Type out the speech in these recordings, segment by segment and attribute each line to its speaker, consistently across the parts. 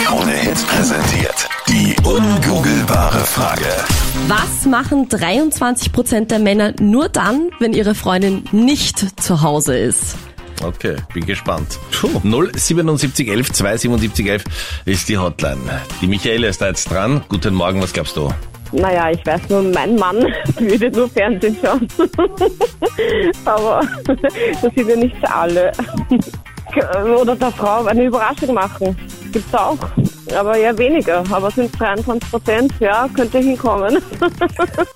Speaker 1: Krone Hits präsentiert. Die ungoogelbare Frage.
Speaker 2: Was machen 23% der Männer nur dann, wenn ihre Freundin nicht zu Hause ist?
Speaker 3: Okay, bin gespannt. 077 11 277 11 ist die Hotline. Die Michaela ist da jetzt dran. Guten Morgen, was glaubst du?
Speaker 4: Naja, ich weiß nur, mein Mann würde nur Fernsehen schauen. Aber das sind ja nicht alle. Oder der Frau eine Überraschung machen. Gibt's auch. Aber eher weniger. Aber es sind 23 Prozent. Ja, könnte hinkommen.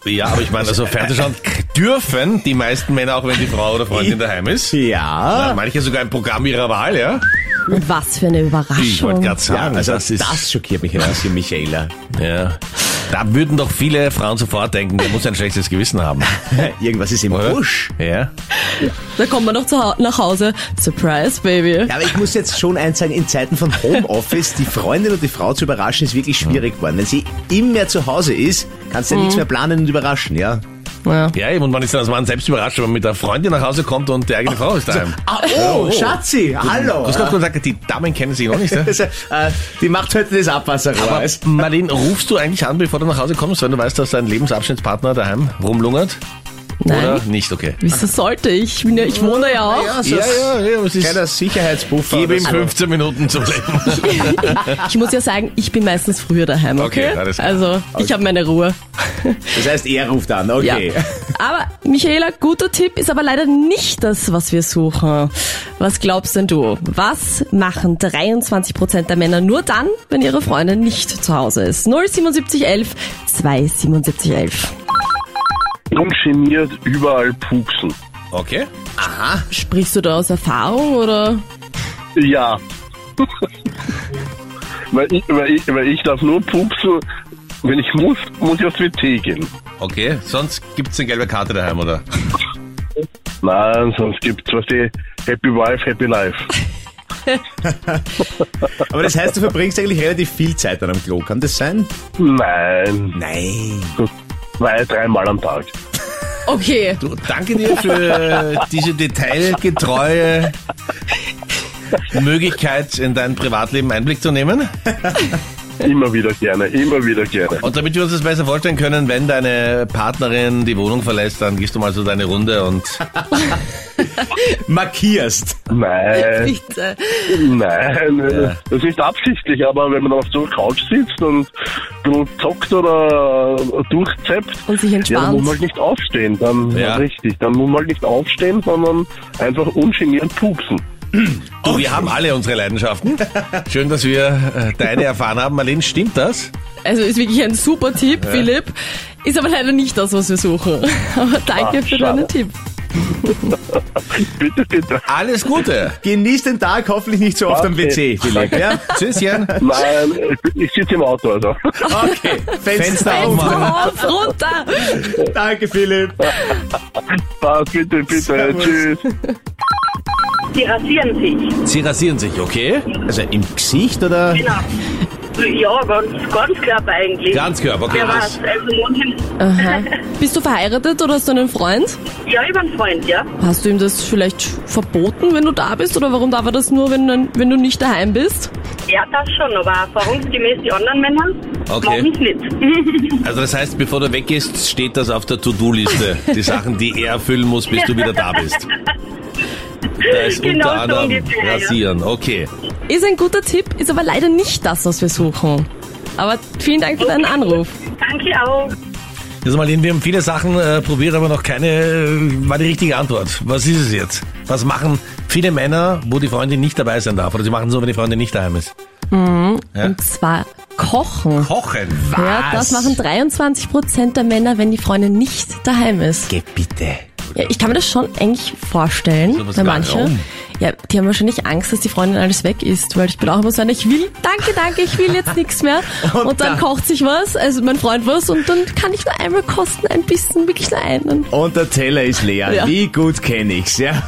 Speaker 3: Ja, aber ich meine, also Fernsehschauen dürfen die meisten Männer, auch wenn die Frau oder Freundin daheim ist.
Speaker 5: Ja.
Speaker 3: Ja, Manche sogar im Programm ihrer Wahl, ja?
Speaker 2: Und was für eine
Speaker 3: Ich wollte
Speaker 2: Überraschung.
Speaker 3: gerade sagen,
Speaker 5: also
Speaker 3: das ist...
Speaker 5: das schockiert mich hinaus hier, Michaela.
Speaker 3: Ja. Da würden doch viele Frauen sofort denken, der muss ein schlechtes Gewissen haben.
Speaker 5: Irgendwas ist im
Speaker 3: Oder?
Speaker 5: Busch.
Speaker 3: Ja.
Speaker 2: Da kommt man doch zu Hau- nach Hause. Surprise, Baby.
Speaker 5: Ja, aber ich muss jetzt schon eins sagen, in Zeiten von Homeoffice, die Freundin und die Frau zu überraschen, ist wirklich schwierig geworden. Wenn sie immer zu Hause ist, kannst du ja
Speaker 3: Mhm.
Speaker 5: nichts mehr planen und überraschen, ja?
Speaker 2: Ja.
Speaker 3: Ja, eben, und man ist dann als Mann selbst überrascht, wenn man mit der Freundin nach Hause kommt und die eigene Frau ist daheim.
Speaker 5: Ah, oh, Schatzi, hallo.
Speaker 3: Grüß Gott, guten Tag, die Damen kennen sich noch nicht, ne?
Speaker 5: Das, äh, die macht heute das Abwasserrohr.
Speaker 3: Aber
Speaker 5: weißt?
Speaker 3: Marlene, rufst du eigentlich an, bevor du nach Hause kommst, wenn du weißt, dass dein Lebensabschnittspartner daheim rumlungert?
Speaker 2: Nein.
Speaker 3: Oder nicht, okay.
Speaker 2: Wieso sollte ich? Ich, bin ja, ich wohne ja auch.
Speaker 5: Ja, so
Speaker 3: ja, ja, aber es ist...
Speaker 5: Kleiner Sicherheitsbuffer. Also,
Speaker 3: Gebe
Speaker 5: oder
Speaker 3: ihm
Speaker 5: so.
Speaker 3: 15 Minuten zum Leben.
Speaker 2: Ich muss ja sagen, ich bin meistens früher daheim, okay?
Speaker 3: Okay, alles klar.
Speaker 2: also, ich habe meine Ruhe.
Speaker 5: Das heißt, er ruft an, okay.
Speaker 2: Ja. Aber, Michaela, guter Tipp ist aber leider nicht das, was wir suchen. Was glaubst denn du? Was machen 23% der Männer nur dann, wenn ihre Freundin nicht zu Hause ist? 07711 27711.
Speaker 6: ungeniert überall pupsen.
Speaker 3: Okay.
Speaker 2: Sprichst du da aus Erfahrung oder?
Speaker 6: Ja. weil, ich, weil, ich, weil ich darf nur pupsen, wenn ich muss, muss ich aufs WC gehen.
Speaker 3: Okay, sonst gibt's eine gelbe Karte daheim, oder?
Speaker 6: Nein, sonst gibt's was die Happy Wife, Happy Life.
Speaker 5: Aber das heißt, du verbringst eigentlich relativ viel Zeit an einem Klo. Kann das sein?
Speaker 6: Nein,
Speaker 5: Nein.
Speaker 6: so zwei, dreimal am Tag.
Speaker 2: Okay,
Speaker 3: Du, danke dir für diese detailgetreue Möglichkeit, in dein Privatleben Einblick zu nehmen.
Speaker 6: Immer wieder gerne, immer wieder gerne.
Speaker 3: Und damit wir uns das besser vorstellen können, wenn deine Partnerin die Wohnung verlässt, dann gehst du mal so deine Runde und
Speaker 5: Markierst.
Speaker 6: Nein,
Speaker 2: bitte.
Speaker 6: nein, das ist nicht absichtlich, aber wenn man auf so einer Couch sitzt und bloß zockt oder durchzeppt,
Speaker 2: Und sich
Speaker 6: Ja, dann muss
Speaker 2: entspannt.
Speaker 6: man halt nicht aufstehen, dann
Speaker 3: Ja.
Speaker 6: richtig. Dann muss man halt nicht aufstehen, sondern einfach ungeniert pupsen.
Speaker 3: du, wir haben alle unsere Leidenschaften. Schön, dass wir äh, deine erfahren haben. Marlene, stimmt das?
Speaker 2: Also ist wirklich ein super Tipp, Philipp. Ist aber leider nicht das, was wir suchen. Aber danke
Speaker 6: Ah,
Speaker 2: für
Speaker 6: schade.
Speaker 2: deinen Tipp.
Speaker 6: Bitte, bitte.
Speaker 3: Alles Gute.
Speaker 5: Genieß den Tag, hoffentlich nicht so oft am WC.
Speaker 6: Okay.
Speaker 5: Vielleicht, ja?
Speaker 3: Tschüsschen.
Speaker 6: Nein, ich, bin- ich sitze im Auto, also.
Speaker 5: Okay. Fenster
Speaker 2: Fenster
Speaker 5: aufmachen.
Speaker 2: auf, runter!
Speaker 5: Danke, Philipp.
Speaker 6: Passt, bitte, bitte.
Speaker 5: Servus.
Speaker 6: Tschüss.
Speaker 7: Die rasieren sich.
Speaker 3: Sie rasieren sich, okay?
Speaker 5: Also im Gesicht oder?
Speaker 7: Genau. Ja, ganz, ganz Körper eigentlich.
Speaker 3: Ganzkörper, okay.
Speaker 7: Wer
Speaker 3: Das,
Speaker 7: weiß, also Mund hin.
Speaker 2: Aha. Bist du verheiratet oder hast du einen Freund?
Speaker 7: Ja, über einen Freund, ja.
Speaker 2: Hast du ihm das vielleicht verboten, wenn du da bist? Oder warum darf er das nur, wenn, du- wenn du nicht daheim bist?
Speaker 7: Ja, das schon, aber erfahrungsgemäß die anderen Männer
Speaker 3: Okay.
Speaker 7: machen es nicht.
Speaker 3: also das heißt, bevor du weggehst, steht das auf der To-Do-Liste. Die Sachen, die er erfüllen muss, bis du wieder da bist. Da ist
Speaker 7: Genau
Speaker 3: unter
Speaker 7: so
Speaker 3: anderem
Speaker 7: ungefähr, ja.
Speaker 3: rasieren. Okay.
Speaker 2: Ist ein guter Tipp, ist aber leider nicht das, was wir suchen. Aber vielen Dank für deinen Anruf.
Speaker 7: Danke auch.
Speaker 3: Also Marlene, wir haben viele Sachen äh, probiert, aber noch keine äh, war die richtige Antwort. Was ist es jetzt? Was machen viele Männer, wo die Freundin nicht dabei sein darf? Oder sie machen so, wenn die Freundin nicht daheim ist?
Speaker 2: Und zwar kochen.
Speaker 3: Kochen.
Speaker 2: Ja, das machen 23% der Männer, wenn die Freundin nicht daheim ist.
Speaker 5: Geh bitte.
Speaker 2: Ja, ich kann mir das schon eigentlich vorstellen,
Speaker 3: Sowas
Speaker 2: bei
Speaker 3: gar-
Speaker 2: manchen.
Speaker 3: warum?
Speaker 2: Ja, die haben wahrscheinlich Angst, dass die Freundin alles weg ist, weil ich bin auch immer so eine, ich will, danke, danke, ich will jetzt nichts mehr. Und, dann
Speaker 5: dann-
Speaker 2: kocht sich was, also mein Freund was, und dann kann ich nur einmal kosten, ein bisschen, wirklich nur einen.
Speaker 5: Und der Teller ist leer.
Speaker 2: Ja.
Speaker 5: Wie gut kenne ich's, ja?